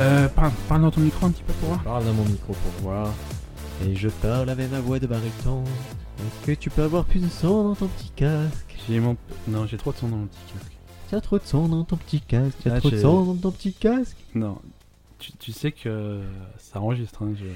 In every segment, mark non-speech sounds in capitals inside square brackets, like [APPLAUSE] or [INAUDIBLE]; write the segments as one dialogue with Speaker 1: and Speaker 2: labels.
Speaker 1: Euh, parle, parle dans ton micro un petit peu pour voir.
Speaker 2: parle dans mon micro pour voir. Et je parle avec ma voix de baryton. Est-ce que tu peux avoir plus de son dans ton petit casque
Speaker 1: J'ai mon... Non, j'ai trop de son dans mon petit casque.
Speaker 2: T'as trop de son dans ton petit casque. T'as
Speaker 1: Ah,
Speaker 2: trop de
Speaker 1: j'ai-
Speaker 2: son dans ton petit casque.
Speaker 1: Non, tu, tu sais que ça enregistre. Hein, je...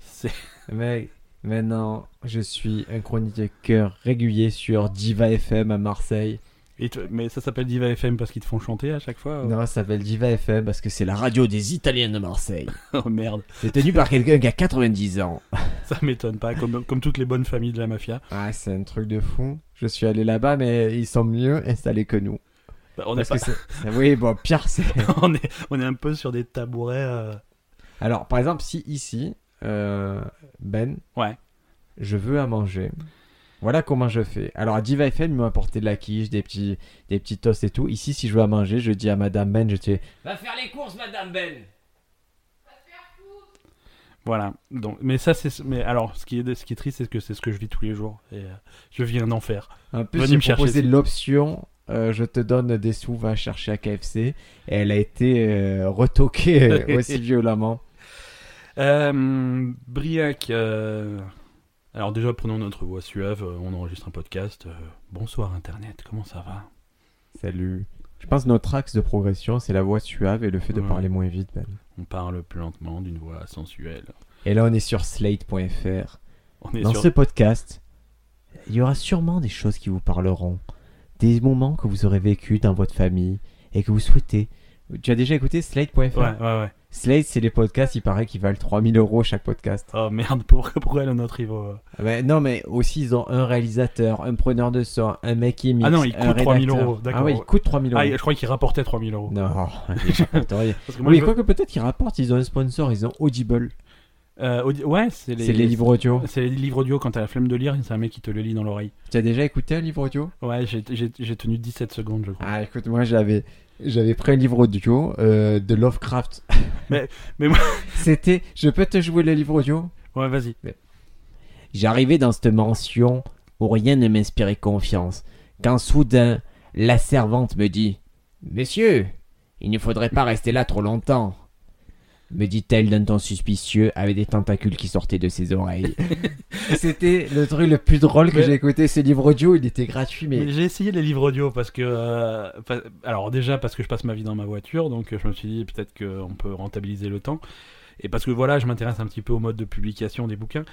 Speaker 1: C'est...
Speaker 2: Mec, maintenant, je suis un chroniqueur régulier sur Diva FM à Marseille.
Speaker 1: Et toi- Mais ça s'appelle Diva FM parce qu'ils te font chanter à chaque fois. oh,
Speaker 2: Non, ça s'appelle Diva FM parce que c'est la radio des Italiens de Marseille.
Speaker 1: oh [LAUGHS] merde,
Speaker 2: C'est tenu par quelqu'un qui a 90 ans.
Speaker 1: ça m'étonne pas, comme, comme toutes les bonnes familles de la mafia.
Speaker 2: Ah, c'est un truc de fou. Je suis allé là-bas, mais ils sont mieux installés que nous.
Speaker 1: Bah, on, est
Speaker 2: Parce
Speaker 1: pas-
Speaker 2: que c'est- c'est- Oui, bon, pire, c'est...
Speaker 1: [LAUGHS] on, est, on est un peu sur des tabourets. euh,
Speaker 2: Alors, par exemple, si ici, euh, Ben,
Speaker 1: Ouais.
Speaker 2: je veux à manger. Voilà comment je fais. Alors, à Diva FM, ils m'ont apporté de la quiche, des petits, des petits toasts et tout. Ici, si je veux à manger, je dis à Madame Ben, je dis...
Speaker 3: Va faire les courses, Madame Ben.
Speaker 1: Voilà. Donc, mais ça, c'est. Mais alors, ce qui est, ce qui est triste, c'est que c'est ce que je vis tous les jours. Et euh, je vis un enfer.
Speaker 2: En plus,
Speaker 1: Venez
Speaker 2: j'ai
Speaker 1: me chercher,
Speaker 2: proposé
Speaker 1: s'il-
Speaker 2: l'option... euh, je te donne des sous, va chercher à KFC. Et elle a été euh, retoquée
Speaker 1: [LAUGHS]
Speaker 2: euh, aussi violemment.
Speaker 1: Euh, Briac. euh, Alors déjà, prenons notre voix suave. euh, On enregistre un podcast. euh, Bonsoir Internet. Comment ça va
Speaker 2: Salut. Je pense que notre axe de progression, c'est la voix suave et le fait de
Speaker 1: Ouais.
Speaker 2: parler moins vite. Ben.
Speaker 1: On parle plus lentement, d'une voix sensuelle.
Speaker 2: Et là, on est sur slate.fr.
Speaker 1: On est
Speaker 2: Dans
Speaker 1: sur.
Speaker 2: ce podcast, il y aura sûrement des choses qui vous parleront. Des moments que vous aurez vécu dans votre famille et que vous souhaitez. Tu as déjà écouté slate.fr
Speaker 1: Ouais, ouais, ouais.
Speaker 2: Slate, c'est les podcasts, il paraît qu'ils valent 3000 euros chaque podcast.
Speaker 1: Oh merde, pour pourquoi le notre niveau euh
Speaker 2: Ah ben, non, mais aussi, ils ont un réalisateur, un preneur de son, un mec qui mixe,
Speaker 1: Ah non, ils
Speaker 2: un
Speaker 1: coûtent 3000
Speaker 2: rédacteur.
Speaker 1: euros, d'accord,
Speaker 2: Ah oui,
Speaker 1: ouais.
Speaker 2: ils coûtent 3000 euros.
Speaker 1: Ah, je crois qu'il rapportait 3000 euros.
Speaker 2: Non, [LAUGHS] ils rapportent
Speaker 1: [LAUGHS]
Speaker 2: rien.
Speaker 1: Parce que moi,
Speaker 2: Oui,
Speaker 1: je-
Speaker 2: quoique peut-être qu'ils rapportent, ils ont un sponsor, ils ont Audible.
Speaker 1: euh, audi- Ouais, c'est les...
Speaker 2: C'est les livres audio.
Speaker 1: C'est les livres audio quand t'as la flemme de lire, c'est un mec qui te le lit dans l'oreille.
Speaker 2: Tu as déjà écouté un livre audio
Speaker 1: Ouais, j'ai- j'ai j'ai tenu 17 secondes, je crois.
Speaker 2: Ah, écoute, moi j'avais j'avais pris un livre audio euh, de Lovecraft.
Speaker 1: [LAUGHS] Mais- mais moi-
Speaker 2: [LAUGHS] c'était je peux te jouer le livre audio
Speaker 1: Ouais, vas-y.
Speaker 2: J'arrivais dans cette mention où rien ne m'inspirait confiance, quand soudain, la servante me dit Monsieur, il ne faudrait pas rester là trop longtemps, me dit-elle d'un ton suspicieux avec des tentacules qui sortaient de ses oreilles.
Speaker 1: [LAUGHS]
Speaker 2: C'était le truc le plus drôle que
Speaker 1: Mais-
Speaker 2: j'ai écouté. Ce livre audio, il était gratuit, mais.
Speaker 1: Mais j'ai essayé les livres audio parce que. euh, pa- alors, déjà, parce que je passe ma vie dans ma voiture, donc euh, je me suis dit peut-être qu'on peut rentabiliser le temps. Et parce que voilà, je m'intéresse un petit peu au mode de publication des bouquins.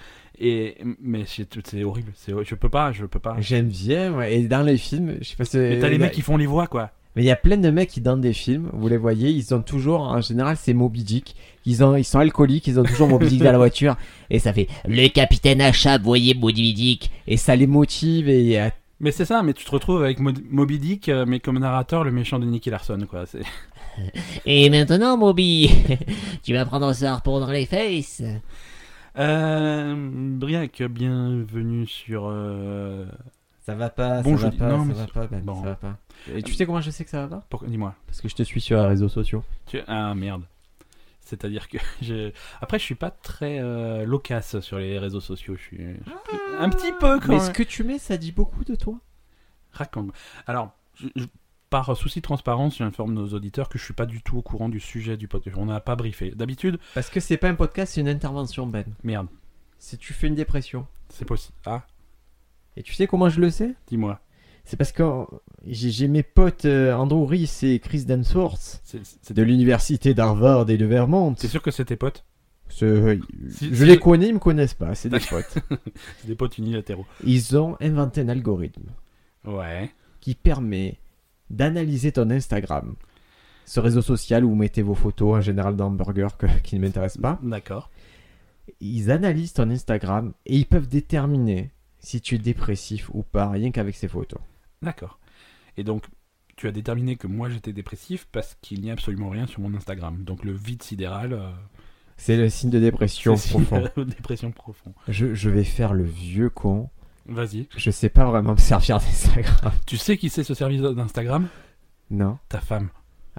Speaker 1: Et, mais c'est c'est horrible. c'est Je peux pas, je peux pas.
Speaker 2: J'aime bien, ouais. et dans les films, je sais bah pas si.
Speaker 1: Mais t'as les
Speaker 2: il y a-
Speaker 1: mecs qui font les voix, quoi.
Speaker 2: Mais il y a plein de mecs qui dans des films, vous les voyez, ils ont toujours, en général, c'est Moby Dick. Ils, ont, ils sont alcooliques, ils ont toujours Moby Dick dans la voiture. Et ça fait le capitaine achat, voyez Moby Dick. Et ça les motive et euh,
Speaker 1: Mais c'est ça, mais tu te retrouves avec Mo- Moby Dick, euh, mais comme narrateur, le méchant de Nicky Larson, quoi. C'est-
Speaker 3: Et maintenant, Moby, [LAUGHS] tu vas prendre ça pour dans les fesses.
Speaker 1: Euh, Briac, bienvenue sur. euh,
Speaker 2: ça va pas,
Speaker 1: Bon,
Speaker 2: ça,
Speaker 1: je
Speaker 2: va
Speaker 1: dis-
Speaker 2: pas
Speaker 1: non, mais
Speaker 2: ça va
Speaker 1: c'est-
Speaker 2: pas, Ben,
Speaker 1: bon.
Speaker 2: ça va pas. Et tu sais comment je sais que ça va pas
Speaker 1: pourquoi- Dis-moi.
Speaker 2: Parce que je te suis sur les réseaux sociaux.
Speaker 1: Tu- Ah merde. C'est-à-dire que [LAUGHS] je... après je suis pas très euh, loquace sur les réseaux sociaux. Je suis je suis plus- un petit peu quand
Speaker 2: Mais
Speaker 1: même.
Speaker 2: ce que tu mets, ça dit beaucoup de toi.
Speaker 1: Raconte. Alors je- je- par souci de transparence, j'informe nos auditeurs que je suis pas du tout au courant du sujet du podcast. On n'a pas briefé. D'habitude,
Speaker 2: Parce que c'est pas un podcast, c'est une intervention, Ben.
Speaker 1: merde,
Speaker 2: Si tu fais une dépression.
Speaker 1: c'est possible. Ah,
Speaker 2: Et tu sais comment je le sais
Speaker 1: dis-moi.
Speaker 2: C'est parce que euh, j'ai j'ai mes potes euh, Andrew Rees et Chris Danforth
Speaker 1: C'est- C'est
Speaker 2: de l'université d'Harvard et de Vermont.
Speaker 1: c'est sûr que c'est tes potes,
Speaker 2: Ce- euh,
Speaker 1: Si-
Speaker 2: je
Speaker 1: si-
Speaker 2: les connais, ils me connaissent pas, c'est des potes.
Speaker 1: c'est des potes unilatéraux.
Speaker 2: Ils ont inventé un algorithme
Speaker 1: Ouais.
Speaker 2: qui permet d'analyser ton Instagram. Ce réseau social où vous mettez vos photos en général d'hamburgers que- qui ne m'intéressent pas.
Speaker 1: D'accord.
Speaker 2: Ils analysent ton Instagram et ils peuvent déterminer si tu es dépressif ou pas, rien qu'avec ces photos.
Speaker 1: D'accord. Et donc tu as déterminé que moi j'étais dépressif parce qu'il n'y a absolument rien sur mon Instagram. Donc le vide sidéral. euh,
Speaker 2: C'est le signe de dépression
Speaker 1: c'est-
Speaker 2: profond.
Speaker 1: [LAUGHS] dépression profonde.
Speaker 2: Je- je vais faire le vieux con.
Speaker 1: Vas-y.
Speaker 2: Je sais pas vraiment me servir d'Instagram.
Speaker 1: Tu sais qui c'est ce service d'Instagram
Speaker 2: Non.
Speaker 1: Ta femme.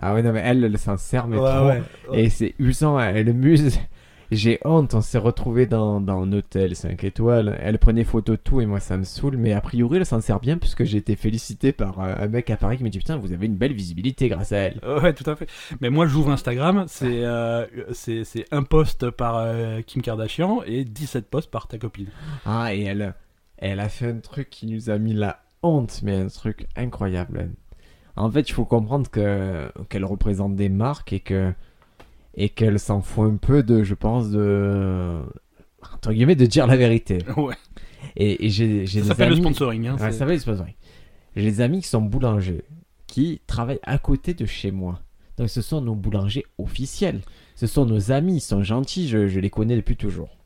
Speaker 2: Ah ouais, non, mais hein. elle, elle s'en sert, mais trop. Et c'est usant, elle muse. [LAUGHS] J'ai honte, on s'est retrouvé dans, dans un hôtel 5 étoiles. Elle prenait photo de tout et moi ça me saoule, mais a priori elle s'en sert bien puisque j'ai été félicité par euh, un mec à Paris qui m'a dit Putain, vous avez une belle visibilité grâce à elle.
Speaker 1: Ouais, tout à fait. Mais moi, j'ouvre Instagram, c'est euh, c'est c'est un post par euh, Kim Kardashian et 17 posts par ta
Speaker 2: [LAUGHS]
Speaker 1: copine.
Speaker 2: Ah, et elle, elle a fait un truc qui nous a mis la honte, mais un truc incroyable. En fait, il faut comprendre que qu'elle représente des marques et que et qu'elle s'en fout un peu de, je pense, de entre guillemets, de dire la vérité.
Speaker 1: Ouais.
Speaker 2: Et, et j'ai j'ai
Speaker 1: Ça
Speaker 2: des
Speaker 1: s'appelle le
Speaker 2: amis-
Speaker 1: sponsoring. Hein,
Speaker 2: Ouais,
Speaker 1: c'est-
Speaker 2: ça va, ils se posent, ouais. J'ai des amis qui sont boulangers, qui travaillent à côté de chez moi. Donc ce sont nos boulangers officiels. Ce sont nos amis, ils sont gentils, je, je les connais depuis toujours.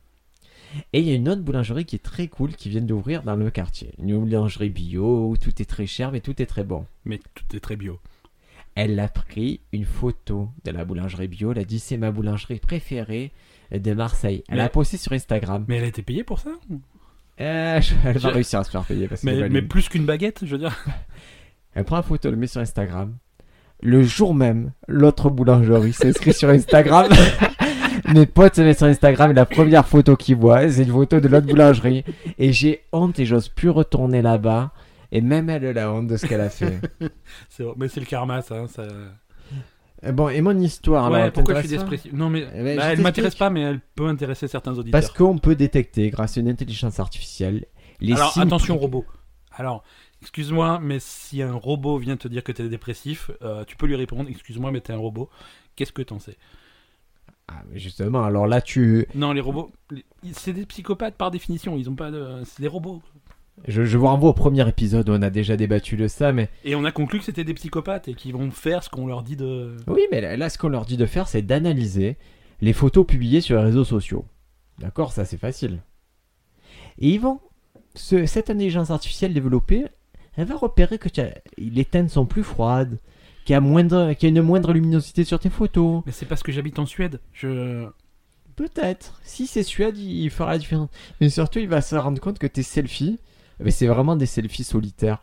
Speaker 2: Et il y a une autre boulangerie qui est très cool, qui vient d'ouvrir dans le quartier. Une boulangerie bio, où tout est très cher, mais tout est très bon.
Speaker 1: Mais tout est très bio.
Speaker 2: Elle a pris une photo de la boulangerie bio, elle a dit c'est ma boulangerie préférée de Marseille. Elle
Speaker 1: Mais-
Speaker 2: a posté sur Instagram.
Speaker 1: Mais elle a été payée pour ça
Speaker 2: Euh, je- elle va
Speaker 1: Je-
Speaker 2: réussir à se faire payer parce que
Speaker 1: mais,
Speaker 2: c'est
Speaker 1: mais
Speaker 2: valide.
Speaker 1: plus qu'une baguette, je veux dire. [LAUGHS]
Speaker 2: Elle prend la photo, elle le met sur Instagram. Le jour même, l'autre boulangerie s'inscrit sur [LAUGHS] Instagram. Mes potes se mettent sur Instagram et la première photo qu'ils voient, c'est une photo de l'autre boulangerie. Et j'ai honte et j'ose plus retourner là-bas. Et même elle elle a honte de ce qu'elle a [LAUGHS] fait.
Speaker 1: C'est- Mais c'est le karma, ça. hein, ça...
Speaker 2: Euh, bon, et mon histoire alors,
Speaker 1: ouais,
Speaker 2: elle
Speaker 1: pourquoi je suis
Speaker 2: t'intéresse pas
Speaker 1: dépressif Non, mais
Speaker 2: Eh ben,
Speaker 1: bah,
Speaker 2: je
Speaker 1: elle m'intéresse
Speaker 2: t'explique.
Speaker 1: pas, mais elle peut intéresser certains auditeurs.
Speaker 2: Parce qu'on peut détecter, grâce à une intelligence artificielle, les
Speaker 1: Alors
Speaker 2: signes-
Speaker 1: attention robot. Alors, excuse-moi, mais si un robot vient te dire que t'es dépressif, euh, tu peux lui répondre, excuse-moi, mais t'es un robot. Qu'est-ce que t'en sais
Speaker 2: Ah, mais justement, alors là, tu.
Speaker 1: Non, les robots, les- c'est des psychopathes par définition. Ils ont pas de, c'est des robots.
Speaker 2: Je, je vous renvoie au premier épisode où on a déjà débattu de ça, mais
Speaker 1: Et on a conclu que c'était des psychopathes et qu'ils vont faire ce qu'on leur dit de.
Speaker 2: Oui, mais là, là, ce qu'on leur dit de faire, c'est d'analyser les photos publiées sur les réseaux sociaux. D'accord, ça c'est facile. Et ils vont, ce- cette intelligence artificielle développée, elle va repérer que tu as- les teintes sont plus froides, qu'il y, a moindre- qu'il y a une moindre luminosité sur tes photos.
Speaker 1: Mais c'est parce que j'habite en Suède. Je.
Speaker 2: Peut-être. Si c'est Suède, il il fera la différence. Mais surtout, il va se rendre compte que tes selfies, mais c'est vraiment des selfies solitaires.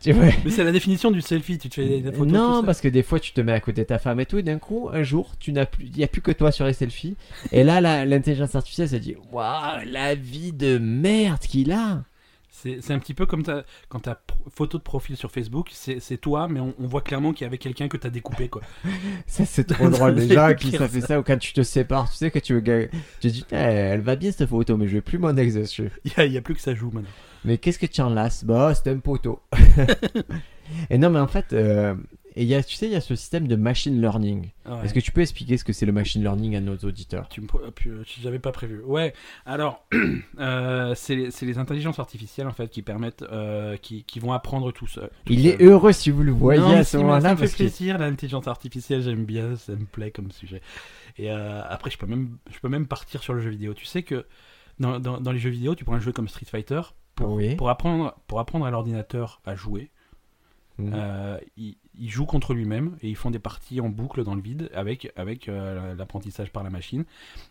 Speaker 2: Tu vois
Speaker 1: Mais c'est la définition du selfie. Tu te fais des photos.
Speaker 2: non,
Speaker 1: tout seul.
Speaker 2: parce que des fois tu te mets à côté de ta femme et tout, et d'un coup, un jour, tu n'as plus, il n'y a plus que toi sur les selfies. Et là, la- l'intelligence artificielle se dit, waouh, la vie de merde qu'il a.
Speaker 1: C'est, c'est un petit peu comme ta, quand ta pro- photo de profil sur Facebook, c'est, c'est toi, mais on, on voit clairement qu'il y avait quelqu'un que t'as découpé quoi. [LAUGHS]
Speaker 2: Ça, c'est trop [LAUGHS] drôle.
Speaker 1: C'est
Speaker 2: Les gens à qui
Speaker 1: pire,
Speaker 2: ça fait ça, ou quand tu te sépares, tu sais que tu veux, ga- tu te dis, Putain, elle va bien cette photo, mais je vais plus m'en ex dessus.
Speaker 1: Il y a, il y a plus que ça joue maintenant.
Speaker 2: Mais qu'est-ce que tu enlaces Bah, c'est un [LAUGHS] poteau. et non, mais en fait, euh, et il y a, tu sais, il y a ce système de machine learning.
Speaker 1: Ouais.
Speaker 2: Est-ce que tu peux expliquer ce que c'est le machine learning à nos auditeurs
Speaker 1: Tu me pro- euh, pu- euh, tu- j'avais pas prévu. Ouais. Alors, [CLEARS THROAT] euh, c'est les- c'est les intelligences artificielles en fait qui permettent, euh, qui, qui vont apprendre tout seul. tout
Speaker 2: Il est
Speaker 1: seul.
Speaker 2: heureux Euh, si vous le voyez
Speaker 1: Non, mais
Speaker 2: à
Speaker 1: si,
Speaker 2: ce
Speaker 1: mais
Speaker 2: moment-là.
Speaker 1: ça me fait
Speaker 2: parce que-
Speaker 1: plaisir l'intelligence artificielle, j'aime bien, ça me plaît comme sujet. Et euh, après, je peux même, je peux même partir sur le jeu vidéo. Tu sais que dans, dans- dans les jeux vidéo, tu prends un jeu comme Street Fighter pour,
Speaker 2: Oui.
Speaker 1: pour apprendre, pour apprendre à l'ordinateur à jouer.
Speaker 2: Mhm.
Speaker 1: euh, il, il joue contre lui-même et ils font des parties en boucle dans le vide avec, avec euh, l'apprentissage par la machine.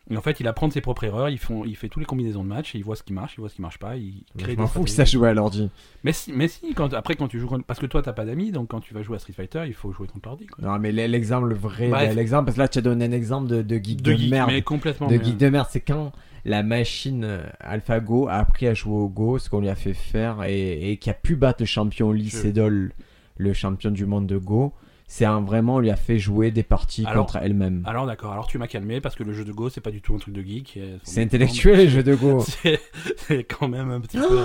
Speaker 1: Et en fait, il apprend de ses propres erreurs, il, font, il fait toutes les combinaisons de matchs, et il voit ce qui marche, il voit ce qui marche pas, il
Speaker 2: Mais
Speaker 1: crée
Speaker 2: Je
Speaker 1: des
Speaker 2: m'en fous que
Speaker 1: stratégies.
Speaker 2: ça joue à l'ordi.
Speaker 1: Mais si, mais si quand, après quand tu joues contre- parce que toi t'as pas d'amis, donc quand tu vas jouer à Street Fighter, il faut jouer contre l'ordi. quoi.
Speaker 2: Non, mais l- l'exemple, le vrai,
Speaker 1: Bref.
Speaker 2: l'exemple, parce que là, tu as donné un exemple de, de geek de,
Speaker 1: geek,
Speaker 2: merde.
Speaker 1: mais complètement.
Speaker 2: De
Speaker 1: mais-
Speaker 2: geek de merde, c'est quand la machine euh, AlphaGo a appris à jouer au Go, ce qu'on lui a fait faire, et, et qui a pu battre le champion Lee
Speaker 1: Je-
Speaker 2: Sedol, le champion du monde de Go. C'est un- vraiment, on lui a fait jouer des parties
Speaker 1: Alors- ah,
Speaker 2: contre elle-même.
Speaker 1: Alors d'accord, alors tu m'as calmé parce que le jeu de Go c'est pas du tout un truc de geek. et-
Speaker 2: C'est intellectuel les jeux de Go.
Speaker 1: [LAUGHS] C'est c'est quand même un petit
Speaker 2: [GASPS]
Speaker 1: peu.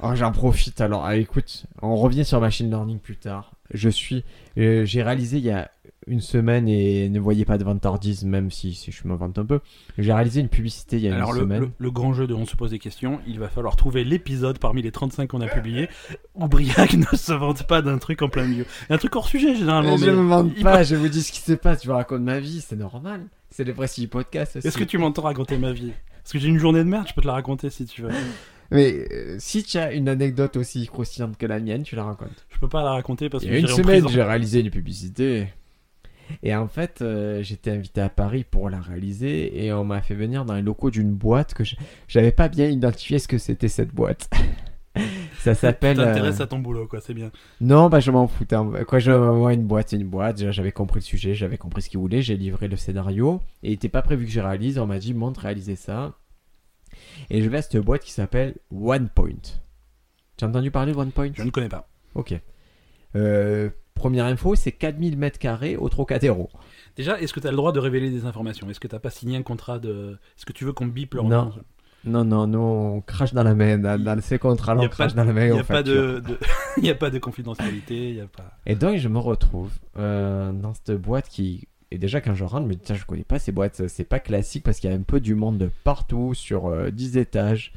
Speaker 2: Oh, j'en profite alors. Ah, écoute, on revient sur machine learning plus tard. Je suis, euh, j'ai réalisé il y a une semaine et ne voyez pas de vantardise, même si, si je me vante un peu. J'ai réalisé une publicité il y a
Speaker 1: Alors
Speaker 2: une
Speaker 1: le,
Speaker 2: semaine.
Speaker 1: le- le grand jeu de On se pose des questions, il va falloir trouver l'épisode parmi les 35 qu'on a publié où Briac [LAUGHS] ne se vante pas d'un truc en plein milieu. Un truc hors sujet généralement.
Speaker 2: Euh, je
Speaker 1: mais-
Speaker 2: me vante
Speaker 1: il-
Speaker 2: pas, je vous dis ce qui se passe, je vous raconte ma vie, c'est normal. C'est le principe du podcast aussi.
Speaker 1: Est-ce que tu m'entends raconter ma vie Parce que j'ai une journée de merde, je peux te la raconter si tu veux.
Speaker 2: Mais euh, si tu as une anecdote aussi croustillante que la mienne, tu la racontes.
Speaker 1: Je peux pas la raconter parce
Speaker 2: Il
Speaker 1: que
Speaker 2: y a une
Speaker 1: j'irai en
Speaker 2: semaine,
Speaker 1: prison.
Speaker 2: j'ai réalisé une publicité. Et en fait, euh, j'étais invité à Paris pour la réaliser et on m'a fait venir dans les locaux d'une boîte [LAUGHS] que je- j'avais pas bien identifié ce que c'était cette boîte. Ça s'appelle. euh,
Speaker 1: T'intéresses à ton boulot, quoi, c'est bien.
Speaker 2: Non, bah je m'en foutais. un- Quoi, je moi une boîte, c'est une boîte. Déjà, J'avais compris le sujet, j'avais compris ce qu'il voulait, j'ai livré le scénario. Et il n'était pas prévu que je réalise. On m'a dit, monte, réaliser ça. Et je vais à cette boîte qui s'appelle One Point. Tu as entendu parler de One Point
Speaker 1: Je ne connais pas.
Speaker 2: Ok. Euh, première info, c'est 4000 mètres carrés au Trocadéro.
Speaker 1: Déjà, est-ce que t'as le droit de révéler des informations Est-ce que t'as pas signé un contrat de. Est-ce que tu veux qu'on bip leur
Speaker 2: Non. Non, non, nous, on crache dans la main. Dans, dans ces contrats-là,
Speaker 1: Y
Speaker 2: on
Speaker 1: a pas
Speaker 2: crache dans la main.
Speaker 1: Il n'y
Speaker 2: on
Speaker 1: a, pas
Speaker 2: facture.
Speaker 1: de, de- [LAUGHS] il y a pas de confidentialité, il y a pas.
Speaker 2: Et donc, je me retrouve euh, dans cette boîte qui. Et déjà, quand je rentre, je me dis, tiens, je connais pas ces boîtes. C'est pas classique parce qu'il y a un peu du monde de partout sur euh, 10 étages.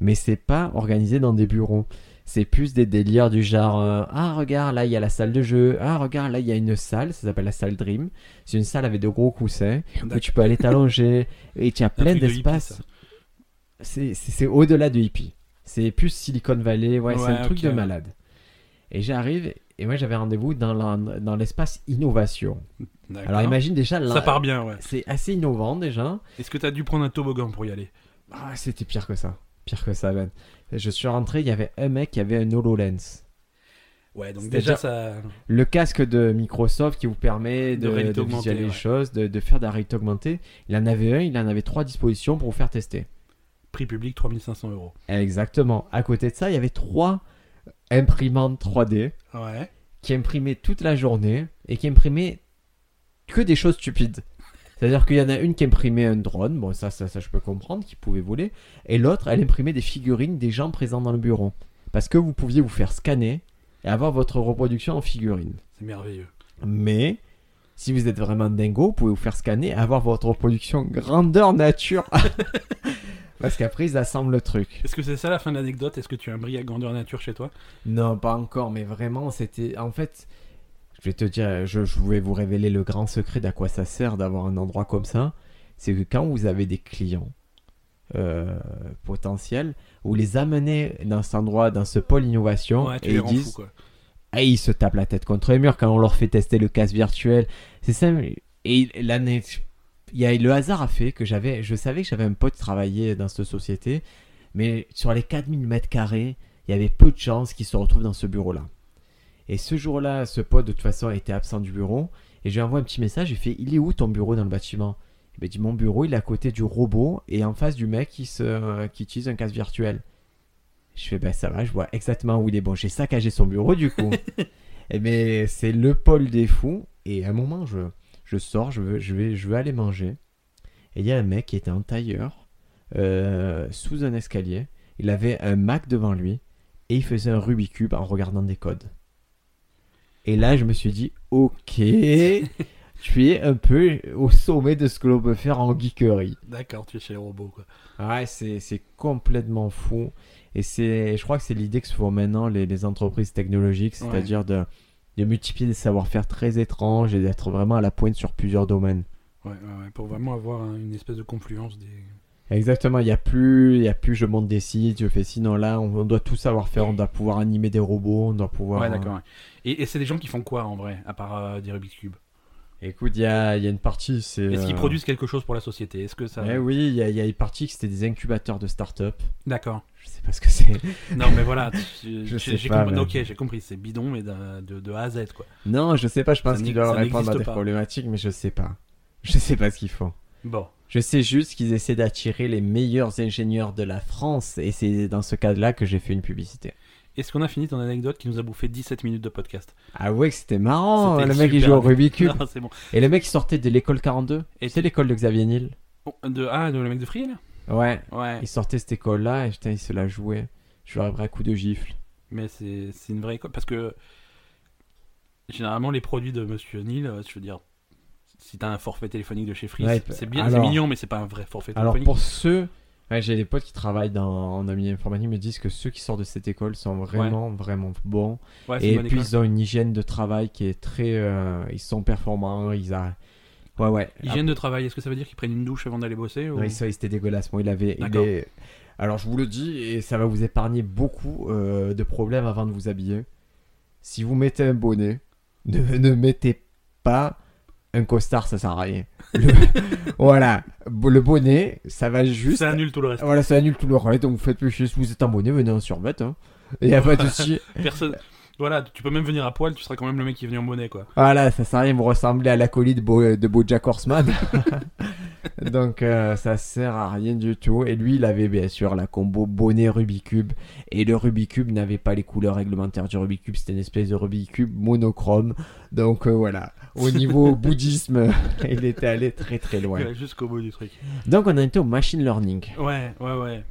Speaker 2: Mais c'est pas organisé dans des bureaux. C'est plus des délires du genre euh, Ah, regarde, là, il y a la salle de jeu. Ah, regarde, là, il y a une salle. Ça s'appelle la salle Dream. C'est une salle avec de gros coussins où tu peux aller t'allonger. et tu as
Speaker 1: Un
Speaker 2: plein
Speaker 1: truc de hippie,
Speaker 2: d'espaces.
Speaker 1: ça.
Speaker 2: C'est- C'est c'est au-delà de hippie. C'est plus Silicon Valley, ouais, c'est
Speaker 1: Ouais,
Speaker 2: un truc
Speaker 1: ok,
Speaker 2: de
Speaker 1: ouais.
Speaker 2: malade. Et j'arrive, et moi j'avais rendez-vous dans la- dans l'espace innovation.
Speaker 1: D'accord.
Speaker 2: Alors imagine déjà, là,
Speaker 1: Ça part bien, ouais.
Speaker 2: c'est assez innovant déjà.
Speaker 1: Est-ce que t'as dû prendre un toboggan pour y aller
Speaker 2: Ah, c'était pire que ça. Pire que ça, Ben. Je suis rentré, il y avait un mec qui avait un HoloLens.
Speaker 1: Ouais, donc
Speaker 2: C'est
Speaker 1: déjà
Speaker 2: déjà-
Speaker 1: ça.
Speaker 2: Le casque de Microsoft qui vous permet
Speaker 1: De
Speaker 2: de,
Speaker 1: réalité
Speaker 2: de
Speaker 1: augmentée,
Speaker 2: visualiser les
Speaker 1: ouais.
Speaker 2: choses, de, de faire de la réalité augmentée. Il en avait un, il en avait trois dispositions pour vous faire tester.
Speaker 1: Prix public 3500 euros.
Speaker 2: Exactement. À côté de ça, il y avait trois imprimantes 3D.
Speaker 1: Ouais.
Speaker 2: qui imprimait toute la journée et qui imprimait que des choses stupides. C'est-à-dire qu'il y en a une qui imprimait un drone, bon ça, ça, ça je peux comprendre, qui pouvait voler, et l'autre, elle imprimait des figurines des gens présents dans le bureau. Parce que vous pouviez vous faire scanner et avoir votre reproduction en figurine.
Speaker 1: C'est merveilleux.
Speaker 2: Mais, si vous êtes vraiment dingo, vous pouvez vous faire scanner et avoir votre reproduction grandeur nature. [LAUGHS] Parce qu'après, ils assemblent le truc.
Speaker 1: Est-ce que c'est ça la fin de l'anecdote Est-ce que tu as un bris à grandeur nature chez toi
Speaker 2: Non, pas encore, mais vraiment, c'était. En fait, je vais te dire, je, je voulais vous révéler le grand secret d'à quoi ça sert d'avoir un endroit comme ça. C'est que quand vous avez des clients euh, potentiels, vous les amenez dans cet endroit, dans ce pôle innovation,
Speaker 1: Ouais, tu
Speaker 2: et
Speaker 1: les
Speaker 2: ils
Speaker 1: rends
Speaker 2: disent
Speaker 1: fous, quoi.
Speaker 2: et ils Ah, se tapent la tête contre les murs quand on leur fait tester le casque virtuel. C'est simple. Et l'année, il y a le hasard a fait que j'avais, je savais que j'avais un pote qui travaillait dans cette société, mais sur les 4000 mètres carrés, il y avait peu de chances qu'il se retrouve dans ce bureau-là. Et ce jour-là, ce pote de toute façon était absent du bureau et je lui envoie un petit message. J'ai fait, il est où ton bureau dans le bâtiment Il m'a dit mon bureau, il est à côté du robot et en face du mec qui se, qui utilise un casque virtuel. Je fais, bah ça va, je vois exactement où il est. Bon, j'ai saccagé son bureau du coup. Eh mais c'est le pôle des fous. Et à un moment, je, je sors, je veux, je, vais, je veux aller manger. Et il y a un mec qui était en tailleur, euh, sous un escalier. Il avait un Mac devant lui. Et il faisait un Rubik's Cube en regardant des codes. Et là, je me suis dit, ok, tu es un peu au sommet de ce que l'on peut faire en geekery.
Speaker 1: D'accord, tu es chez les robots, quoi.
Speaker 2: Ouais, c'est c'est complètement fou. Et c'est, je crois que c'est l'idée que se font maintenant les, les entreprises technologiques,
Speaker 1: Ouais.
Speaker 2: c'est-à-dire de, de multiplier des savoir-faire très étranges et d'être vraiment à la pointe sur plusieurs domaines.
Speaker 1: Ouais, ouais, ouais, pour vraiment avoir un- une espèce de confluence des.
Speaker 2: Exactement, il n'y a plus, il y a plus je monte des sites, je fais ci, non là, on, on doit tout savoir faire, on doit pouvoir animer des robots, on doit pouvoir...
Speaker 1: Ouais, d'accord. ouais. Et, et c'est des gens qui font quoi en vrai, à part euh, des Rubik's Cube
Speaker 2: euh, Écoute, il y a, il y a une partie, c'est...
Speaker 1: Est-ce qu'ils
Speaker 2: euh,
Speaker 1: produisent quelque chose pour la société Est-ce que ça.
Speaker 2: Eh oui, il y a, il y a une partie qui c'était des incubateurs de start-up.
Speaker 1: D'accord.
Speaker 2: Je sais pas ce que c'est.
Speaker 1: Non, mais voilà.
Speaker 2: [LAUGHS]
Speaker 1: tu-
Speaker 2: Je
Speaker 1: tu-
Speaker 2: sais
Speaker 1: j'ai
Speaker 2: pas,
Speaker 1: compris-
Speaker 2: mais-
Speaker 1: Ok, j'ai compris. C'est bidon, mais d'un- de, de A à Z, quoi.
Speaker 2: Non, je sais pas, je
Speaker 1: Ça
Speaker 2: pense qu'ils
Speaker 1: n'ex-
Speaker 2: doivent
Speaker 1: ça
Speaker 2: répondre à
Speaker 1: n'existe
Speaker 2: des
Speaker 1: pas.
Speaker 2: problématiques, mais je sais pas. Je sais pas ce qu'ils font.
Speaker 1: Bon.
Speaker 2: Je sais juste qu'ils essaient d'attirer les meilleurs ingénieurs de la France, et c'est dans ce cadre-là que j'ai fait une publicité.
Speaker 1: Est-ce qu'on a fini ton anecdote qui nous a bouffé 17 minutes de podcast
Speaker 2: Avouez que Ah c'était marrant,
Speaker 1: C'était
Speaker 2: Oh, le mec il
Speaker 1: super
Speaker 2: jouait au
Speaker 1: bien.
Speaker 2: Rubik's Cube,
Speaker 1: [LAUGHS] Non, c'est bon.
Speaker 2: [LAUGHS] et le mec il sortait de l'école 42,
Speaker 1: Et
Speaker 2: et c'est l'école de Xavier Niel.
Speaker 1: Oh, De... Ah, de, le mec de Free, là
Speaker 2: Ouais,
Speaker 1: Ouais.
Speaker 2: il sortait cette école-là, et putain il se la jouait. Je leur ai pris un coup de gifle.
Speaker 1: Mais c'est c'est une vraie école. Parce que généralement, les produits de Monsieur Neil, euh, je veux dire, si t'as un forfait téléphonique de chez Free,
Speaker 2: Ouais,
Speaker 1: c'est-
Speaker 2: p-
Speaker 1: c'est bien, c'est
Speaker 2: alors-
Speaker 1: mignon, mais c'est pas un vrai forfait
Speaker 2: Alors
Speaker 1: téléphonique.
Speaker 2: pour ceux, ouais, j'ai des potes qui travaillent dans, en milieu informatique, me disent que ceux qui sortent de cette école sont vraiment, vraiment bons.
Speaker 1: Ouais, c'est
Speaker 2: Et
Speaker 1: une bonne
Speaker 2: puis
Speaker 1: école.
Speaker 2: ils ont Ah, une hygiène de travail qui est très. euh, ils sont performants, ils a. Ouais, ouais.
Speaker 1: Hygiène de travail, est-ce que ça veut dire qu'ils prennent une douche avant d'aller bosser
Speaker 2: Ah,
Speaker 1: ou...
Speaker 2: non, ça, c'était dégueulasse. Moi, il avait. il
Speaker 1: D'accord.
Speaker 2: est- Alors, je vous le dis, et ça va vous épargner beaucoup euh, de problèmes avant de vous habiller. Si vous mettez un bonnet, ne, ne mettez pas un costard, ça sert à rien. Le- [LAUGHS] voilà. Bo- Le bonnet, ça va juste.
Speaker 1: Ça annule tout le reste.
Speaker 2: Voilà, ça annule tout le reste. Donc, vous faites plus chier. Si vous êtes en bonnet, venez en survêt. hein. Il n'y a pas de souci.
Speaker 1: Personne. Voilà, tu peux même venir à poil, tu seras quand même le mec qui est venu en monnaie, quoi.
Speaker 2: Voilà, ça sert à rien de me ressembler à l'acolyte de, Bo de Bojack
Speaker 1: [LAUGHS]
Speaker 2: Horseman. Donc euh, ça sert à rien du tout. Et lui, il avait bien sûr la combo bonnet Rubik's Cube. Et le Rubik's Cube n'avait pas les couleurs réglementaires du Rubik's Cube. C'était une espèce de Rubik's Cube monochrome. Donc euh, voilà,
Speaker 1: [LAUGHS]
Speaker 2: au niveau bouddhisme, [LAUGHS] il était allé très très loin.
Speaker 1: Ouais, Jusqu'au bout du truc.
Speaker 2: Donc on en était au machine learning.
Speaker 1: Ouais, ouais, ouais.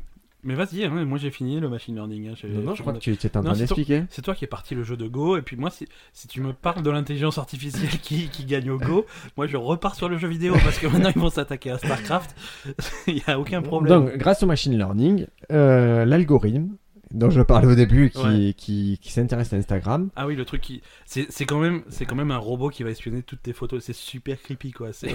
Speaker 1: Mais vas-y, hein, moi j'ai fini le machine learning. hein, j'ai-
Speaker 2: Non, non, je crois que
Speaker 1: me-
Speaker 2: tu tu étais en
Speaker 1: Non,
Speaker 2: train
Speaker 1: c'est ton-
Speaker 2: d'expliquer.
Speaker 1: C'est toi qui est parti le jeu de Go, et puis moi, si, si tu me parles de l'intelligence artificielle qui, qui gagne au Go, moi je repars sur le jeu vidéo parce que maintenant ils vont s'attaquer à StarCraft. [LAUGHS] Il n'y a aucun problème.
Speaker 2: Donc, euh, grâce au machine learning, euh, l'algorithme dont je parlais au début, qui,
Speaker 1: Ouais.
Speaker 2: qui, qui s'intéresse à Instagram,
Speaker 1: Ah oui, le truc qui. C'est c'est quand, même- c'est quand même un robot qui va espionner toutes tes photos. C'est super creepy quoi. C'est-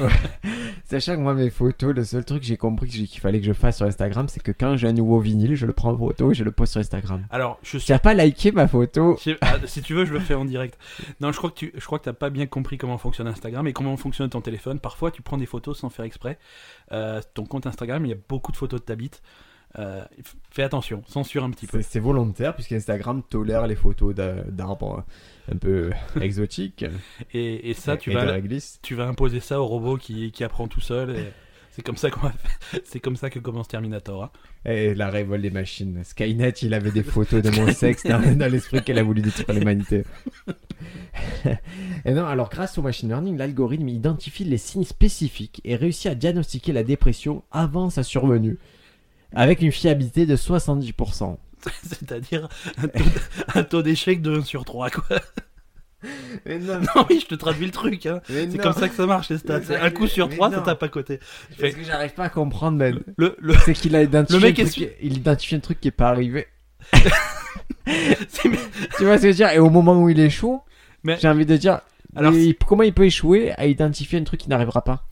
Speaker 2: Sachant que moi, mes photos, le seul truc que j'ai compris que j'ai- qu'il fallait que je fasse sur Instagram, c'est que quand j'ai un nouveau vinyle, je le prends en photo et je le poste sur Instagram.
Speaker 1: Alors, je suis.
Speaker 2: Tu n'as pas liké ma photo
Speaker 1: je- ah, si tu veux, je le fais en direct. Non, je crois que tu je crois que t'as pas bien compris comment fonctionne Instagram et comment fonctionne ton téléphone. Parfois, tu prends des photos sans faire exprès. Euh, ton compte Instagram, il y a beaucoup de photos de ta bite. Euh, f- fais attention, censure un petit peu.
Speaker 2: C'est c'est volontaire, puisque Instagram tolère les photos d'a- d'arbres un peu [LAUGHS] exotiques
Speaker 1: Et, et ça, tu
Speaker 2: et de
Speaker 1: vas,
Speaker 2: réglisse.
Speaker 1: tu vas imposer ça au robot qui, qui apprend tout seul. et C'est comme ça qu'on va faire- [LAUGHS] C'est comme ça que commence Terminator. hein. [LAUGHS]
Speaker 2: Et Eh, la révolte des machines. Skynet, il avait des photos de mon sexe dans, dans l'esprit qu'elle a voulu détruire l'humanité. [LAUGHS] et non, alors grâce au machine learning, l'algorithme identifie les signes spécifiques et réussit à diagnostiquer la dépression avant sa survenue. Avec une fiabilité de 70%.
Speaker 1: C'est-à-dire un taux- un taux d'échec de 1 sur 3. Quoi. [LAUGHS]
Speaker 2: Mais non,
Speaker 1: Non, oui, je te traduis le truc. hein.
Speaker 2: mais
Speaker 1: C'est comme ça que ça marche, les stats. C'est un coup sur
Speaker 2: Mais
Speaker 1: trois,
Speaker 2: non.
Speaker 1: ça tape à côté.
Speaker 2: Ce que j'arrive pas à comprendre, man.
Speaker 1: Le, le... [LAUGHS]
Speaker 2: C'est qu'il a identifié,
Speaker 1: Le mec
Speaker 2: un
Speaker 1: est
Speaker 2: truc qui- il identifie un truc qui est pas arrivé.
Speaker 1: c'est-
Speaker 2: tu vois ce que je veux dire Et au moment où il échoue,
Speaker 1: Mais-
Speaker 2: j'ai envie de dire
Speaker 1: Alors,
Speaker 2: mais
Speaker 1: c'est-
Speaker 2: il- comment il peut échouer à identifier un truc qui n'arrivera pas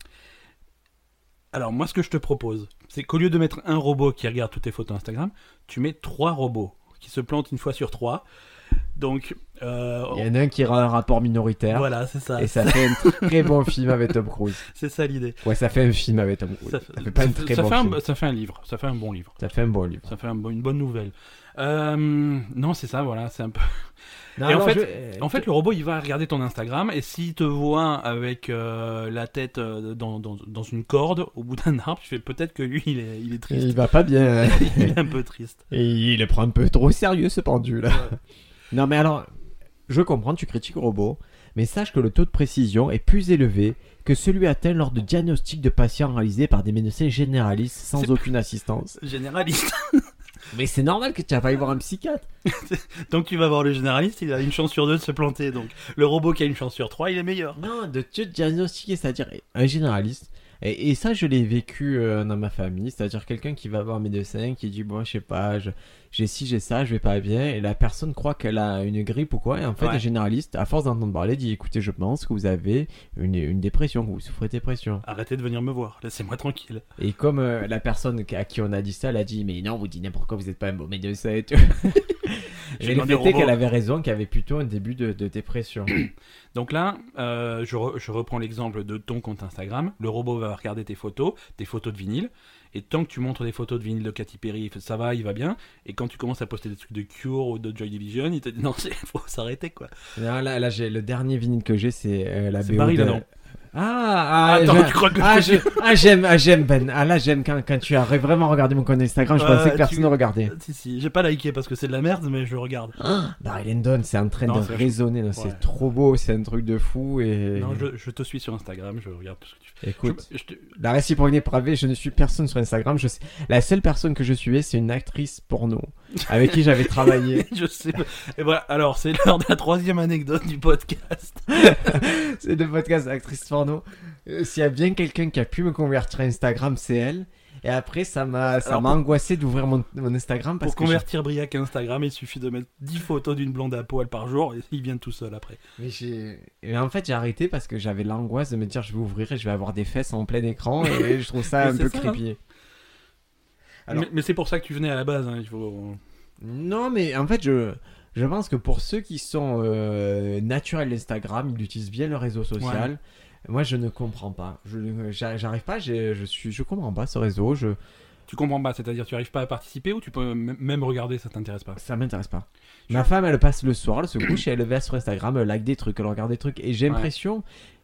Speaker 1: Alors, moi, ce que je te propose, c'est qu'au lieu de mettre un robot qui regarde toutes tes photos Instagram, tu mets trois robots qui se plantent une fois sur trois. Donc, euh,
Speaker 2: Il y en a un qui aura un rapport minoritaire.
Speaker 1: voilà, c'est ça.
Speaker 2: Et ça fait un très bon film avec Tom Cruise.
Speaker 1: C'est ça l'idée.
Speaker 2: Ouais, ça fait un film avec Tom Cruise. Ça, fait pas un
Speaker 1: ça-
Speaker 2: très
Speaker 1: ça
Speaker 2: bon
Speaker 1: fait un-
Speaker 2: film.
Speaker 1: ça fait un livre, ça fait un bon livre,
Speaker 2: Ça fait un bon livre.
Speaker 1: ça fait un bon- une bonne nouvelle. Euh, non, c'est ça, voilà, c'est un peu.
Speaker 2: Non,
Speaker 1: Et en
Speaker 2: alors,
Speaker 1: fait-
Speaker 2: je-
Speaker 1: En fait, le robot, il va regarder ton Instagram et s'il te voit avec euh, la tête euh, dans, dans- dans une corde au bout d'un arbre, je fais peut-être que lui, il est, il est
Speaker 2: il
Speaker 1: triste.
Speaker 2: va pas bien. hein.
Speaker 1: [LAUGHS] il est un peu triste.
Speaker 2: Et il le prend un peu trop sérieux ce pendu là.
Speaker 1: Ouais.
Speaker 2: Non mais alors, je comprends, tu critiques le robot, mais sache que le taux de précision est plus élevé que celui atteint lors de diagnostics de patients réalisés par des médecins généralistes sans
Speaker 1: C'est-
Speaker 2: aucune assistance.
Speaker 1: Généraliste.
Speaker 2: Mais c'est normal que tu vas pas y voir un psychiatre.
Speaker 1: Donc tu vas voir le généraliste, il a une chance sur deux de se planter. Donc le robot qui a une chance sur trois, il est meilleur.
Speaker 2: Non, de te diagnostiquer, c'est-à-dire un généraliste. Et, et ça, je l'ai vécu euh, dans ma famille, c'est-à-dire quelqu'un qui va voir un médecin, qui dit, bon, je sais pas, je- j'ai ci, j'ai ça, je vais pas bien, et la personne croit qu'elle a une grippe ou quoi, et en fait,
Speaker 1: Ouais.
Speaker 2: un généraliste, à force d'entendre parler, dit, écoutez, je pense que vous avez une, une dépression, que vous souffrez de dépression.
Speaker 1: Arrêtez de venir me voir, laissez-moi tranquille.
Speaker 2: Et comme euh, la personne à qui on a dit ça, elle a dit, mais non, vous dites n'importe quoi, vous n'êtes pas un bon médecin
Speaker 1: [LAUGHS]
Speaker 2: et tout.
Speaker 1: J'ai
Speaker 2: J'ai
Speaker 1: demandé au
Speaker 2: noté
Speaker 1: robot.
Speaker 2: qu'elle avait raison, qu'il y avait plutôt un début de, de dépression.
Speaker 1: Donc là, euh, je, re- je reprends l'exemple de ton compte Instagram. Le robot va regarder tes photos, tes photos de vinyle. Et tant que tu montres des photos de vinyle de Katy Perry, ça va, il va bien. Et quand tu commences à poster des trucs de Cure ou de Joy Division, il te dit non, c'est- faut s'arrêter quoi.
Speaker 2: Non, Ah, là, là, j'ai le dernier vinyle que j'ai, c'est euh, la
Speaker 1: C'est
Speaker 2: BO
Speaker 1: Barry
Speaker 2: de-
Speaker 1: Lanon.
Speaker 2: Ah, ah,
Speaker 1: Attends,
Speaker 2: je-
Speaker 1: [LAUGHS] tu crois que
Speaker 2: ah, je- ah, j'aime, ah, j'aime Ben. Ah là, j'aime quand, quand tu as vraiment regardé mon compte Instagram, je
Speaker 1: Euh,
Speaker 2: pensais que
Speaker 1: tu-
Speaker 2: personne ne regardait.
Speaker 1: Si, si, j'ai pas liké parce que c'est de la merde, mais je regarde.
Speaker 2: Barry Lyndon, c'est en train
Speaker 1: Non,
Speaker 2: de
Speaker 1: c'est-
Speaker 2: résonner. non,
Speaker 1: Ouais.
Speaker 2: C'est trop beau, c'est un truc de fou. Et
Speaker 1: Non, je, je te suis sur Instagram, je regarde tout ce que tu fais.
Speaker 2: écoute,
Speaker 1: Je- je te-
Speaker 2: la réciprocité pravée, je ne suis personne sur Instagram. Je sais... La seule personne que je suivais, c'est une actrice porno avec qui
Speaker 1: [LAUGHS]
Speaker 2: j'avais travaillé.
Speaker 1: Je sais pas. Et voilà, alors c'est l'heure de la troisième anecdote du podcast.
Speaker 2: [LAUGHS] c'est le podcast actrice porno. Euh, S'il y a bien quelqu'un qui a pu me convertir à Instagram, c'est elle. Et après, ça m'a, ça
Speaker 1: Alors,
Speaker 2: m'a angoissé d'ouvrir mon, mon Instagram parce
Speaker 1: Pour
Speaker 2: que j'ai-
Speaker 1: convertir Briac à Instagram, il suffit de mettre 10 photos d'une blonde à poil par jour et il vient tout seul après.
Speaker 2: Mais j'ai. et en fait, j'ai arrêté parce que j'avais l'angoisse de me dire je vais ouvrir et je vais avoir des fesses en plein
Speaker 1: [LAUGHS]
Speaker 2: écran et je trouve ça
Speaker 1: Mais
Speaker 2: un
Speaker 1: c'est
Speaker 2: peu
Speaker 1: ça, hein.
Speaker 2: creepy. Alors-
Speaker 1: Mais, mais c'est pour ça que tu venais à la base. hein, il faut...
Speaker 2: Non, mais en fait, je. Je pense que pour ceux qui sont euh, naturels d'Instagram, ils utilisent bien le réseau social. Moi, je ne comprends pas. Je ne- j'a- j'arrive pas. j'ai- Je suis. Je comprends pas ce réseau. Je.
Speaker 4: Tu comprends pas, c'est-à-dire tu arrives pas à participer ou tu peux m- même regarder, ça t'intéresse pas.
Speaker 2: Ça m'intéresse pas. Ma femme, elle passe le soir, elle se couche et elle va sur Instagram, elle like des trucs, elle regarde des trucs. Et j'ai
Speaker 4: Ouais.
Speaker 2: l'impression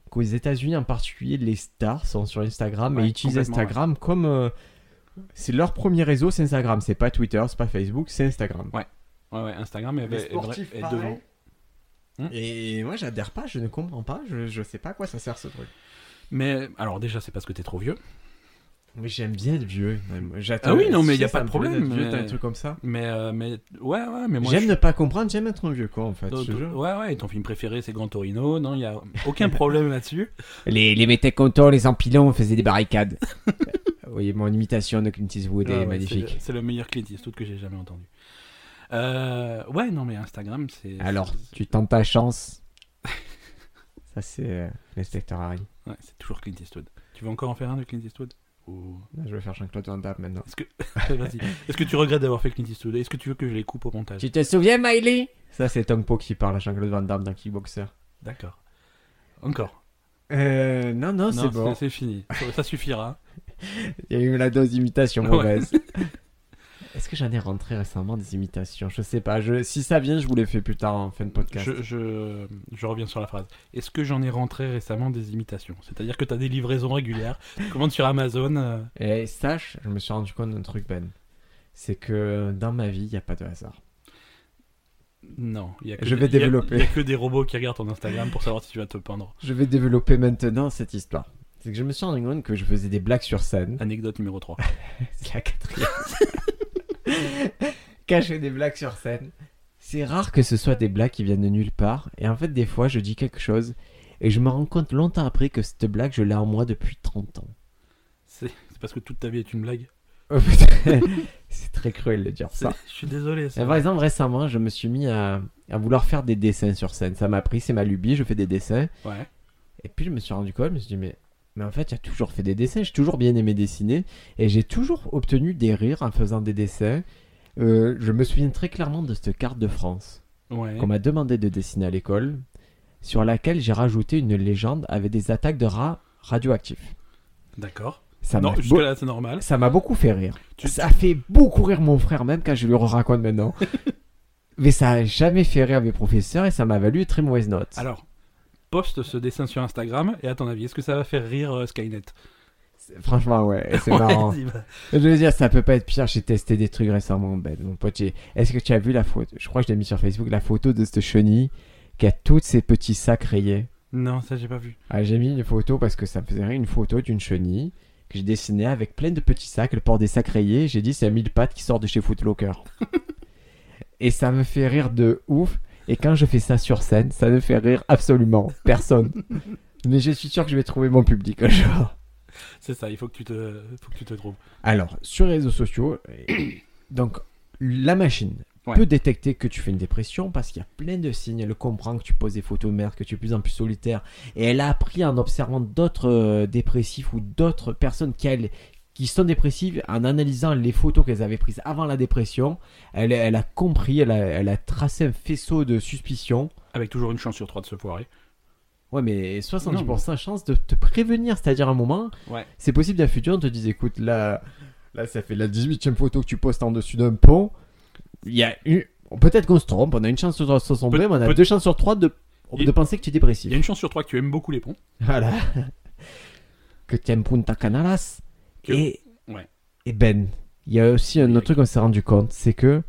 Speaker 2: qu'aux États-Unis en particulier, les stars sont sur Instagram
Speaker 4: Ouais,
Speaker 2: et utilisent
Speaker 4: complètement,
Speaker 2: Instagram comme. euh, c'est leur premier réseau, c'est Instagram. C'est pas Twitter, c'est pas Facebook, c'est Instagram.
Speaker 4: Ouais, ouais, Instagram est,
Speaker 2: Les
Speaker 4: est- est-
Speaker 2: sportifs,
Speaker 4: est
Speaker 2: pareil.
Speaker 4: devant.
Speaker 2: Et moi, j'adhère pas, je ne comprends pas, je, je sais pas à quoi ça sert ce truc.
Speaker 4: Mais alors déjà, c'est parce que t'es trop vieux.
Speaker 2: Mais j'aime bien être vieux. même. J'attends-
Speaker 4: Ah oui, non, mais
Speaker 2: tu
Speaker 4: y a
Speaker 2: sais,
Speaker 4: pas
Speaker 2: ça
Speaker 4: de
Speaker 2: me plaît
Speaker 4: problème,
Speaker 2: d'être vieux,
Speaker 4: mais-
Speaker 2: t'as un truc comme ça.
Speaker 4: Mais, euh, mais ouais, ouais, mais moi.
Speaker 2: J'aime
Speaker 4: je-
Speaker 2: ne pas comprendre, j'aime être un vieux quoi en fait.
Speaker 4: Donc,
Speaker 2: je te jure.
Speaker 4: ouais, ouais, et ton film préféré c'est Gran Torino, non, il y a aucun problème
Speaker 2: [LAUGHS]
Speaker 4: là-dessus.
Speaker 2: Ah, Les, les mettait contents, les empilants, on faisait des [LAUGHS] barricades. oui, mon imitation de Clint Eastwood
Speaker 4: Ah ouais,
Speaker 2: est
Speaker 4: c'est-
Speaker 2: magnifique.
Speaker 4: C'est le meilleur Clint Eastwood que j'ai jamais entendu. Euh, ouais, non, mais Instagram, c'est.
Speaker 2: Alors,
Speaker 4: c'est-
Speaker 2: tu tentes ta [LAUGHS] chance. Ça, c'est euh, l'inspecteur Harry.
Speaker 4: Ouais, c'est toujours Clint Eastwood. Tu veux encore en faire un de Clint Eastwood Ou-
Speaker 2: Là, je vais faire Jean-Claude Van Damme maintenant.
Speaker 4: Est-ce que... [LAUGHS] Vas-y. Est-ce que tu regrettes d'avoir fait Clint Eastwood Est-ce que tu veux que je les coupe au montage
Speaker 2: Tu te souviens, Miley Ça, c'est Tong Po qui parle à Jean-Claude Van Damme dans Kickboxer.
Speaker 4: D'accord. Encore.
Speaker 2: Euh, non, non,
Speaker 4: Non,
Speaker 2: c'est bon.
Speaker 4: C'est fini. Ça- Ça suffira.
Speaker 2: Il y a eu la dose d'imitation
Speaker 4: Ouais.
Speaker 2: [LAUGHS] mauvaise. Est-ce que j'en ai rentré récemment des imitations Je sais pas. Je... Si ça vient, je vous les fais plus tard en fin de podcast.
Speaker 4: Je, je, je reviens sur la phrase. Est-ce que j'en ai rentré récemment des imitations C'est-à-dire que tu as des livraisons régulières, tu commandes sur Amazon. euh,
Speaker 2: Et sache, je me suis rendu compte d'un truc, Ben. C'est que dans ma vie, il n'y a pas de hasard.
Speaker 4: Non. il Y a que
Speaker 2: Je
Speaker 4: des-
Speaker 2: vais
Speaker 4: il y a-
Speaker 2: développer.
Speaker 4: Il y a que des robots qui regardent ton Instagram pour savoir si tu vas te pendre.
Speaker 2: Je vais développer maintenant cette histoire. C'est que je me suis rendu compte que je faisais des blagues sur scène.
Speaker 4: Anecdote numéro 3.
Speaker 2: [LAUGHS] C'est la quatrième. Cacher des blagues sur scène. C'est rare que ce soit des blagues qui viennent de nulle part. Et en fait, des fois, je dis quelque chose et je me rends compte longtemps après que cette blague, je l'ai en moi depuis 30 ans.
Speaker 4: C'est c'est parce que toute ta vie est une blague.
Speaker 2: Oh, putain. [LAUGHS] c'est très cruel de dire
Speaker 4: C'est-
Speaker 2: ça.
Speaker 1: [LAUGHS]
Speaker 4: Je suis désolé. c'est-
Speaker 2: Euh, Par exemple, récemment, je me suis mis à, à vouloir faire des dessins sur scène. Ça m'a pris, c'est ma lubie, je fais des dessins.
Speaker 4: Ouais.
Speaker 2: Et puis je me suis rendu compte, je me suis dit, mais, mais en fait, j'ai toujours fait des dessins, j'ai toujours bien aimé dessiner, et j'ai toujours obtenu des rires en faisant des dessins. Euh, je me souviens très clairement de cette carte de France
Speaker 4: Ouais.
Speaker 2: qu'on m'a demandé de dessiner à l'école, sur laquelle j'ai rajouté une légende avec des attaques de rats radioactifs.
Speaker 4: D'accord.
Speaker 2: Ça m'a
Speaker 4: Non,
Speaker 2: Ah, beau-
Speaker 4: jusque-là, c'est normal.
Speaker 2: ça m'a beaucoup fait rire.
Speaker 4: Tu-
Speaker 2: Ça fait beaucoup rire mon frère, même quand je lui raconte
Speaker 4: [LAUGHS]
Speaker 2: maintenant. Mais ça a jamais fait rire mes professeurs et ça m'a valu une très mauvaise note.
Speaker 4: Alors, poste ce dessin sur Instagram et à ton avis, est-ce que ça va faire rire euh, Skynet
Speaker 2: C'est- Franchement, ouais, c'est
Speaker 4: Ouais,
Speaker 2: marrant.
Speaker 4: dis, bah,
Speaker 2: Je veux dire, ça peut pas être pire. J'ai testé des trucs récemment, Ben, mon pote. j'ai- Est-ce que tu as vu la photo Je crois que je l'ai mis sur Facebook, la photo de cette chenille qui a tous ses petits sacs rayés.
Speaker 4: Non, ça j'ai pas vu.
Speaker 2: Ah, j'ai mis une photo parce que ça me faisait rire, une photo d'une chenille que j'ai dessinée avec plein de petits sacs, le port des sacs rayés. J'ai dit, c'est un mille pattes qui sort de chez Footlocker. et ça me fait rire de ouf. Et quand je fais ça sur scène, ça ne fait rire absolument personne. Mais je suis sûr que je vais trouver mon public un jour.
Speaker 4: C'est ça, il faut que tu te, faut que tu te trouves.
Speaker 2: Alors, sur les réseaux sociaux, euh, donc la machine
Speaker 4: Ouais.
Speaker 2: peut détecter que tu fais une dépression parce qu'il y a plein de signes. Elle comprend que tu poses des photos de merde, que tu es de plus en plus solitaire. Et elle a appris en observant d'autres euh, dépressifs ou d'autres personnes qu'elle- qui sont dépressives, en analysant les photos qu'elles avaient prises avant la dépression, elle, elle a compris, elle a, elle a tracé un faisceau de suspicion.
Speaker 4: Avec toujours une chance sur trois de se foirer.
Speaker 2: Ouais, mais 70% chance de te prévenir, c'est-à-dire un moment,
Speaker 4: Ouais.
Speaker 2: c'est possible d'un futur, on te dit écoute, là, là, ça fait la 18ème photo que tu postes en dessus d'un pont. Il y a eu. Peut-être qu'on se trompe, on a une chance sur trois de se tromper,
Speaker 4: Peut-
Speaker 2: mais on a
Speaker 4: peut-
Speaker 2: deux chances sur trois de,
Speaker 4: Il-
Speaker 2: de penser que tu es
Speaker 4: Il y a
Speaker 2: dépressif.
Speaker 4: une chance sur trois que tu aimes beaucoup les ponts.
Speaker 2: Voilà. que tu aimes Punta Canalas.
Speaker 4: Que-
Speaker 2: Et,
Speaker 4: ouais.
Speaker 2: et Ben, il y a aussi un
Speaker 4: Oui,
Speaker 2: autre
Speaker 4: oui.
Speaker 2: truc qu'on s'est rendu compte, c'est que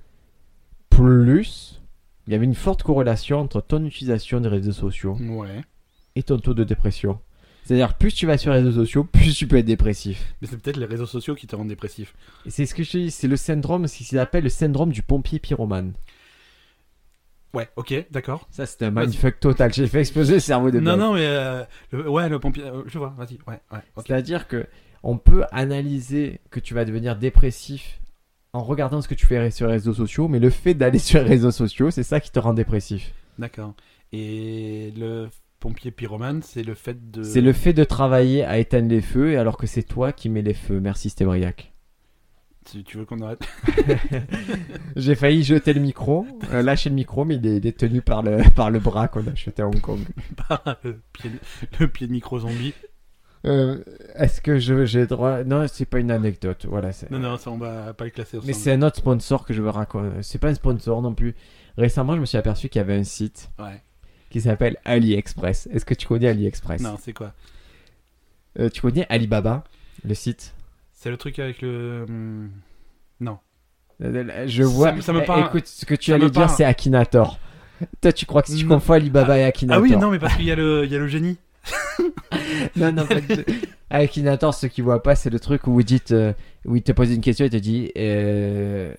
Speaker 2: plus il y avait une forte corrélation entre ton utilisation des réseaux sociaux
Speaker 4: Ouais.
Speaker 2: et ton taux de dépression. C'est-à-dire, plus tu vas sur les réseaux sociaux, plus tu peux être dépressif.
Speaker 4: Mais c'est peut-être les réseaux sociaux qui te rendent dépressif.
Speaker 2: Et c'est ce que je te dis, c'est le syndrome, c'est ce qu'ils appellent le syndrome du pompier pyromane.
Speaker 4: Ouais, ok, d'accord.
Speaker 2: Ça, c'est un
Speaker 4: Vas-y.
Speaker 2: mindfuck total. J'ai fait exploser le cerveau de
Speaker 4: Non,
Speaker 2: Ben.
Speaker 4: non, mais. euh, le- ouais, le pompier. euh, je vois, vas-y. Ouais, ouais. ok.
Speaker 2: C'est-à-dire que on peut analyser que tu vas devenir dépressif en regardant ce que tu fais sur les réseaux sociaux, mais le fait d'aller [LAUGHS] sur les réseaux sociaux, c'est ça qui te rend dépressif.
Speaker 4: D'accord. Et le pompier pyromane, c'est le fait de.
Speaker 2: C'est le fait de travailler à éteindre les feux, et alors que c'est toi qui mets les feux. Merci, Stébriac.
Speaker 4: Tu, tu veux qu'on arrête [LAUGHS]
Speaker 2: J'ai failli jeter le micro, euh, lâcher le micro, mais il est, il est tenu [LAUGHS] par le, par le bras qu'on a acheté à Hong Kong.
Speaker 4: par le pied, le pied de micro zombie
Speaker 2: Euh, Est-ce que je- j'ai droit Non, c'est pas une anecdote. Voilà. c'est-
Speaker 1: Non, non, ça, on va pas le classer. au
Speaker 2: Mais
Speaker 1: sein
Speaker 2: c'est un autre sponsor que je veux raconter. C'est pas un sponsor non plus. Récemment, je me suis aperçu qu'il y avait un site
Speaker 1: de- Ouais.
Speaker 2: qui s'appelle AliExpress. Est-ce que tu connais AliExpress
Speaker 1: Non, c'est quoi
Speaker 2: Euh, tu connais Alibaba, le site
Speaker 1: C'est le truc avec le. hum,
Speaker 2: Euh, Je
Speaker 1: Ça
Speaker 2: vois.
Speaker 1: me- ça me parle.
Speaker 2: Écoute, ce que tu
Speaker 1: Ça
Speaker 2: allais
Speaker 1: me
Speaker 2: dire,
Speaker 1: parle.
Speaker 2: c'est Akinator. Toi, tu crois que si tu
Speaker 1: Non.
Speaker 2: confonds Alibaba et Akinator
Speaker 1: Ah oui, non, mais parce qu'il y, a le- il y a le génie.
Speaker 2: non, non, pas du [LAUGHS] tout. Akinator, ceux qui voient pas, c'est le truc où vous dites, euh, où il te pose une question et te dit, euh,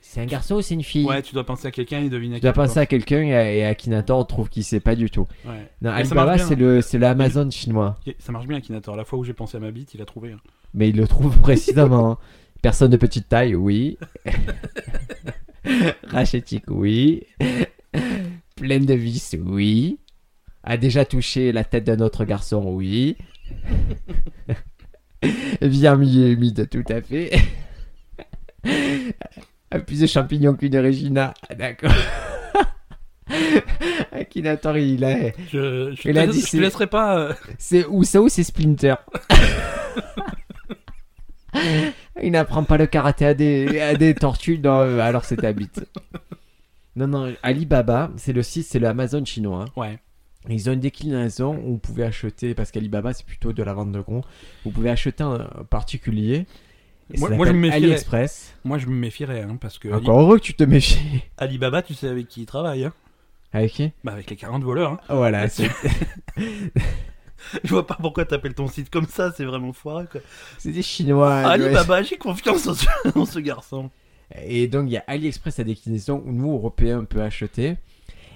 Speaker 2: c'est un garçon ou c'est une fille
Speaker 1: Ouais, tu dois penser à quelqu'un, il devine à
Speaker 2: Tu dois
Speaker 1: quelqu'un.
Speaker 2: penser à quelqu'un et, et Akinator on trouve qu'il sait pas du tout.
Speaker 1: Ouais. Mais ça
Speaker 2: Non,
Speaker 1: marche
Speaker 2: Alibaba,
Speaker 1: bien.
Speaker 2: c'est le, c'est l'Amazon chinois,
Speaker 1: Ok, Ça marche bien, Akinator. La fois où j'ai pensé à ma bite, il a trouvé. hein.
Speaker 2: mais il le trouve [LAUGHS] précisément. Personne de petite taille, oui. [LAUGHS] Rachetique, oui. Pleine de vis, oui. A déjà touché la tête d'un autre garçon, oui. [LAUGHS] Bien milieu humide, tout à fait. [LAUGHS] A plus de champignons qu'une Regina, Ah, d'accord. [LAUGHS] Akinator, il a.
Speaker 1: Je, je,
Speaker 2: Il
Speaker 1: te,
Speaker 2: a dit
Speaker 1: je te
Speaker 2: c'est-
Speaker 1: laisserai pas. euh,
Speaker 2: C'est où ça où c'est Splinter Il n'apprend pas le karaté à des, à des tortues, non, euh, alors c'est ta bite. Non, non, Alibaba, c'est le site, c'est le Amazon chinois.
Speaker 1: Ouais.
Speaker 2: Ils ont une déclinaison où vous pouvez acheter, parce qu'Alibaba c'est plutôt de la vente de gros, vous pouvez acheter un particulier. Et
Speaker 1: Moi-
Speaker 2: ça
Speaker 1: moi, je
Speaker 2: s'appelle
Speaker 1: me méfierais.
Speaker 2: AliExpress.
Speaker 1: Moi, je me méfierais, hein, parce que Ali-
Speaker 2: Encore heureux que tu te méfies.
Speaker 1: [LAUGHS]
Speaker 2: [LAUGHS]
Speaker 1: Alibaba, tu sais avec qui il travaille. Hein. [LAUGHS]
Speaker 2: Avec qui
Speaker 1: Bah, avec les 40 voleurs. hein.
Speaker 2: Voilà, [LAUGHS] c'est-
Speaker 1: Je vois pas pourquoi t'appelles ton site comme ça, c'est vraiment foireux. Quoi.
Speaker 2: c'est des Chinois. ouais.
Speaker 1: Alibaba, j'ai confiance en ce, [LAUGHS] en ce garçon.
Speaker 2: Et donc, il y a AliExpress à déclinaison où nous, Européens, on peut acheter.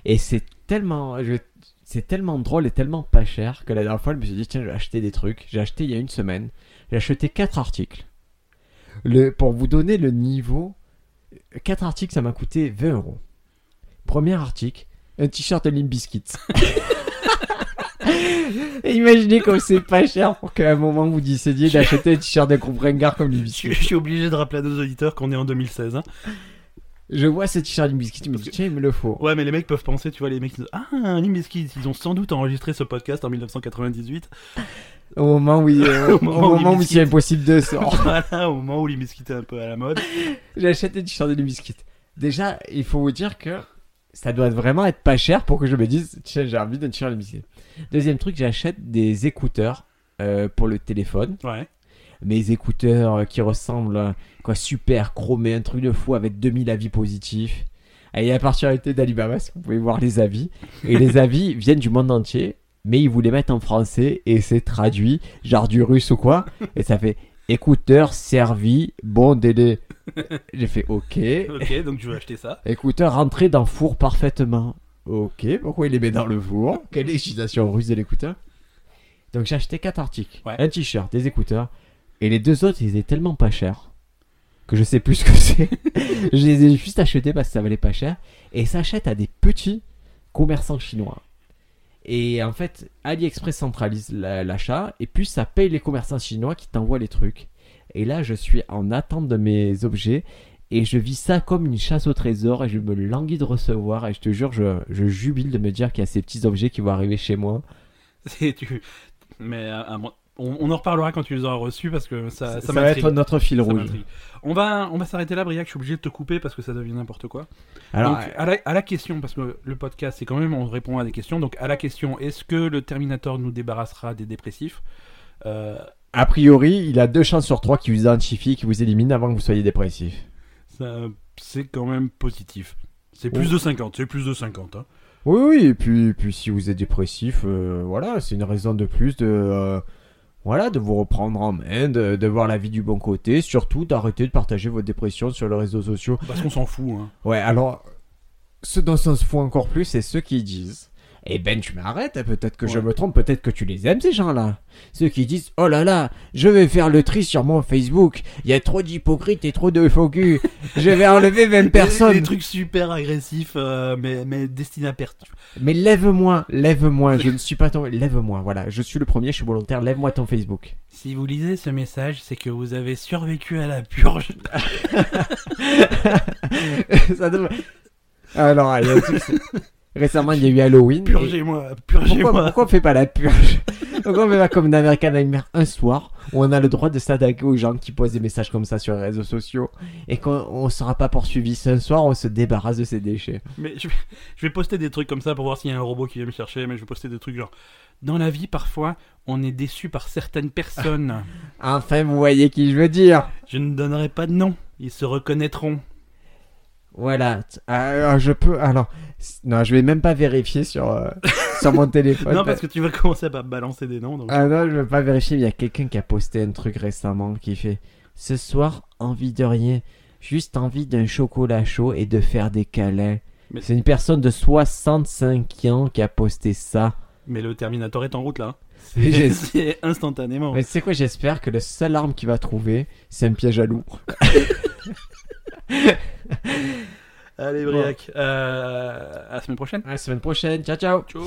Speaker 2: Et c'est tellement, je- c'est tellement drôle et tellement pas cher que la dernière fois, je me suis dit, tiens, je vais acheter des trucs. J'ai acheté il y a une semaine. J'ai acheté quatre articles. Le, pour vous donner le niveau, quatre articles, ça m'a coûté 20 euros. Premier article, un t-shirt de Limp Bizkit. [LAUGHS] Imaginez comme c'est pas cher pour qu'à un moment vous décidiez d'acheter un t-shirt d'un groupe ringard comme
Speaker 1: [LAUGHS]
Speaker 2: Limp
Speaker 1: Je,
Speaker 2: Bizkit.
Speaker 1: suis- je suis obligé de rappeler à nos auditeurs qu'on est en 2016. hein.
Speaker 2: Je vois ce t-shirt Limp Bizkit, je me dis, tiens, il me le faut.
Speaker 1: Ouais, mais les mecs peuvent penser, tu vois, les mecs qui disent Ah, Limbiskit, ils ont sans doute enregistré ce podcast en [LAUGHS] 1998.
Speaker 2: Au moment où il,
Speaker 1: [LAUGHS]
Speaker 2: euh, au
Speaker 1: moment où
Speaker 2: moment
Speaker 1: il
Speaker 2: où
Speaker 1: biscuit.
Speaker 2: c'est impossible
Speaker 1: [LAUGHS]
Speaker 2: de sortir.
Speaker 1: voilà, au moment où Limbiskit est un peu à la mode.
Speaker 2: J'achète des t-shirts de Limbiskit. Déjà, il faut vous dire que ça doit vraiment être pas cher pour que je me dise, tiens, j'ai envie d'un t-shirt Limbiskit. Deuxième truc, j'achète des écouteurs euh, pour le téléphone.
Speaker 1: Ouais.
Speaker 2: Mes écouteurs euh, qui ressemblent, euh, quoi, super chromés, un truc de fou avec 2000 avis positifs. Et la particularité d'Alibaba, c'est que vous pouvez voir les avis. Et les avis viennent du monde entier, mais ils vous les mettent en français et c'est traduit, genre du russe ou quoi. Et ça fait écouteur servi, bon délai. J'ai fait ok.
Speaker 1: Ok, donc je veux acheter ça. [LAUGHS]
Speaker 2: Écouteur rentré dans four parfaitement. Ok, pourquoi il les met dans le four Quelle excitation russe de l'écouteur Donc j'ai acheté quatre articles
Speaker 1: Ouais.
Speaker 2: un t-shirt, des écouteurs. Et les deux autres, ils étaient tellement pas chers que je sais plus ce que [LAUGHS] c'est. je les ai juste achetés parce que ça valait pas cher. Et ça s'achète à des petits commerçants chinois. Et en fait, AliExpress centralise la- l'achat et puis ça paye les commerçants chinois qui t'envoient les trucs. Et là, je suis en attente de mes objets et je vis ça comme une chasse au trésor et je me languis de recevoir et je te jure, je, je jubile de me dire qu'il y a ces petits objets qui vont arriver chez moi.
Speaker 1: C'est- tu... Mais euh, à- à mon- on, on en reparlera quand tu les auras reçus parce que ça, ça,
Speaker 2: va
Speaker 1: m'intrigue.
Speaker 2: être notre fil
Speaker 1: Ça
Speaker 2: rouge.
Speaker 1: m'intrigue. On va, on va s'arrêter là, Briac. Je suis obligé de te couper parce que ça devient n'importe quoi.
Speaker 2: Alors,
Speaker 1: donc, à, la, à la question, parce que le podcast, c'est quand même, on répond à des questions. Donc, à la question, est-ce que le Terminator nous débarrassera des dépressifs Euh,
Speaker 2: A priori, il a deux chances sur trois qui vous identifie, qui vous élimine avant que vous soyez dépressif.
Speaker 1: ça- C'est quand même positif. C'est
Speaker 2: Oh.
Speaker 1: plus de 50, c'est plus de 50. hein.
Speaker 2: Oui, oui, et puis, puis si vous êtes dépressif, euh, voilà, c'est une raison de plus de, euh, voilà, de vous reprendre en main, de, de voir la vie du bon côté, surtout d'arrêter de partager vos dépressions sur les réseaux sociaux.
Speaker 1: Parce qu'on s'en fout. hein.
Speaker 2: Ouais, alors, ce dont on se fout encore plus, c'est ceux qui disent. Eh ben, tu m'arrêtes, hein, peut-être que je
Speaker 1: Ouais.
Speaker 2: me trompe, peut-être que tu les aimes, ces gens-là. Ceux qui disent, oh là là, je vais faire le tri sur mon Facebook, il y a trop d'hypocrites et trop de faux culs, je vais enlever
Speaker 1: [LAUGHS]
Speaker 2: 20
Speaker 1: Des,
Speaker 2: personnes.
Speaker 1: des trucs super agressifs, euh, mais, mais destinés à perdre.
Speaker 2: Mais lève-moi, lève-moi, je ne suis pas ton... Lève-moi, voilà, je suis le premier, je suis volontaire, lève-moi
Speaker 1: [LAUGHS]
Speaker 2: ton Facebook.
Speaker 1: Si vous lisez ce message, c'est que vous avez survécu à la purge.
Speaker 2: Ça devrait-
Speaker 1: [LAUGHS]
Speaker 2: Alors, il y a un truc, c'est- Récemment, il y a eu Halloween.
Speaker 1: [LAUGHS]
Speaker 2: et-
Speaker 1: Purgez-moi, purgez-moi.
Speaker 2: Pourquoi, pourquoi on fait pas la purge [LAUGHS] Donc on verra comme dans American Nightmare un soir où on a le droit de s'attaquer aux gens qui posent des messages comme ça sur les réseaux sociaux et qu'on on sera pas poursuivi. C'est un soir on se débarrasse de ces déchets.
Speaker 1: Mais je vais, je vais poster des trucs comme ça pour voir s'il y a un robot qui vient me chercher, mais je vais poster des trucs genre. Dans la vie, parfois, on est déçu par certaines [LAUGHS] personnes.
Speaker 2: Enfin, vous voyez qui je veux dire.
Speaker 1: Je ne donnerai pas de nom. Ils se reconnaîtront.
Speaker 2: Voilà. Alors je peux. Alors non, je vais même pas vérifier sur euh, sur
Speaker 1: [LAUGHS]
Speaker 2: mon téléphone.
Speaker 1: non, parce que tu vas commencer à ba- balancer des noms. donc.
Speaker 2: Ah non, je veux pas vérifier, mais il y a quelqu'un qui a posté un truc récemment qui fait Ce soir, envie de rien, juste envie d'un chocolat chaud et de faire des câlins.
Speaker 1: Mais-
Speaker 2: C'est une personne de 65 ans qui a posté ça.
Speaker 1: Mais le Terminator est en route [LAUGHS] là. hein. [LAUGHS]
Speaker 2: J'ai-
Speaker 1: C'est instantanément.
Speaker 2: Mais tu sais quoi, j'espère que le seul arme qu'il va trouver, c'est un piège à loup.
Speaker 1: Allez, Briac. euh, à la semaine prochaine.
Speaker 2: À la semaine prochaine, ciao ciao
Speaker 1: Ciao.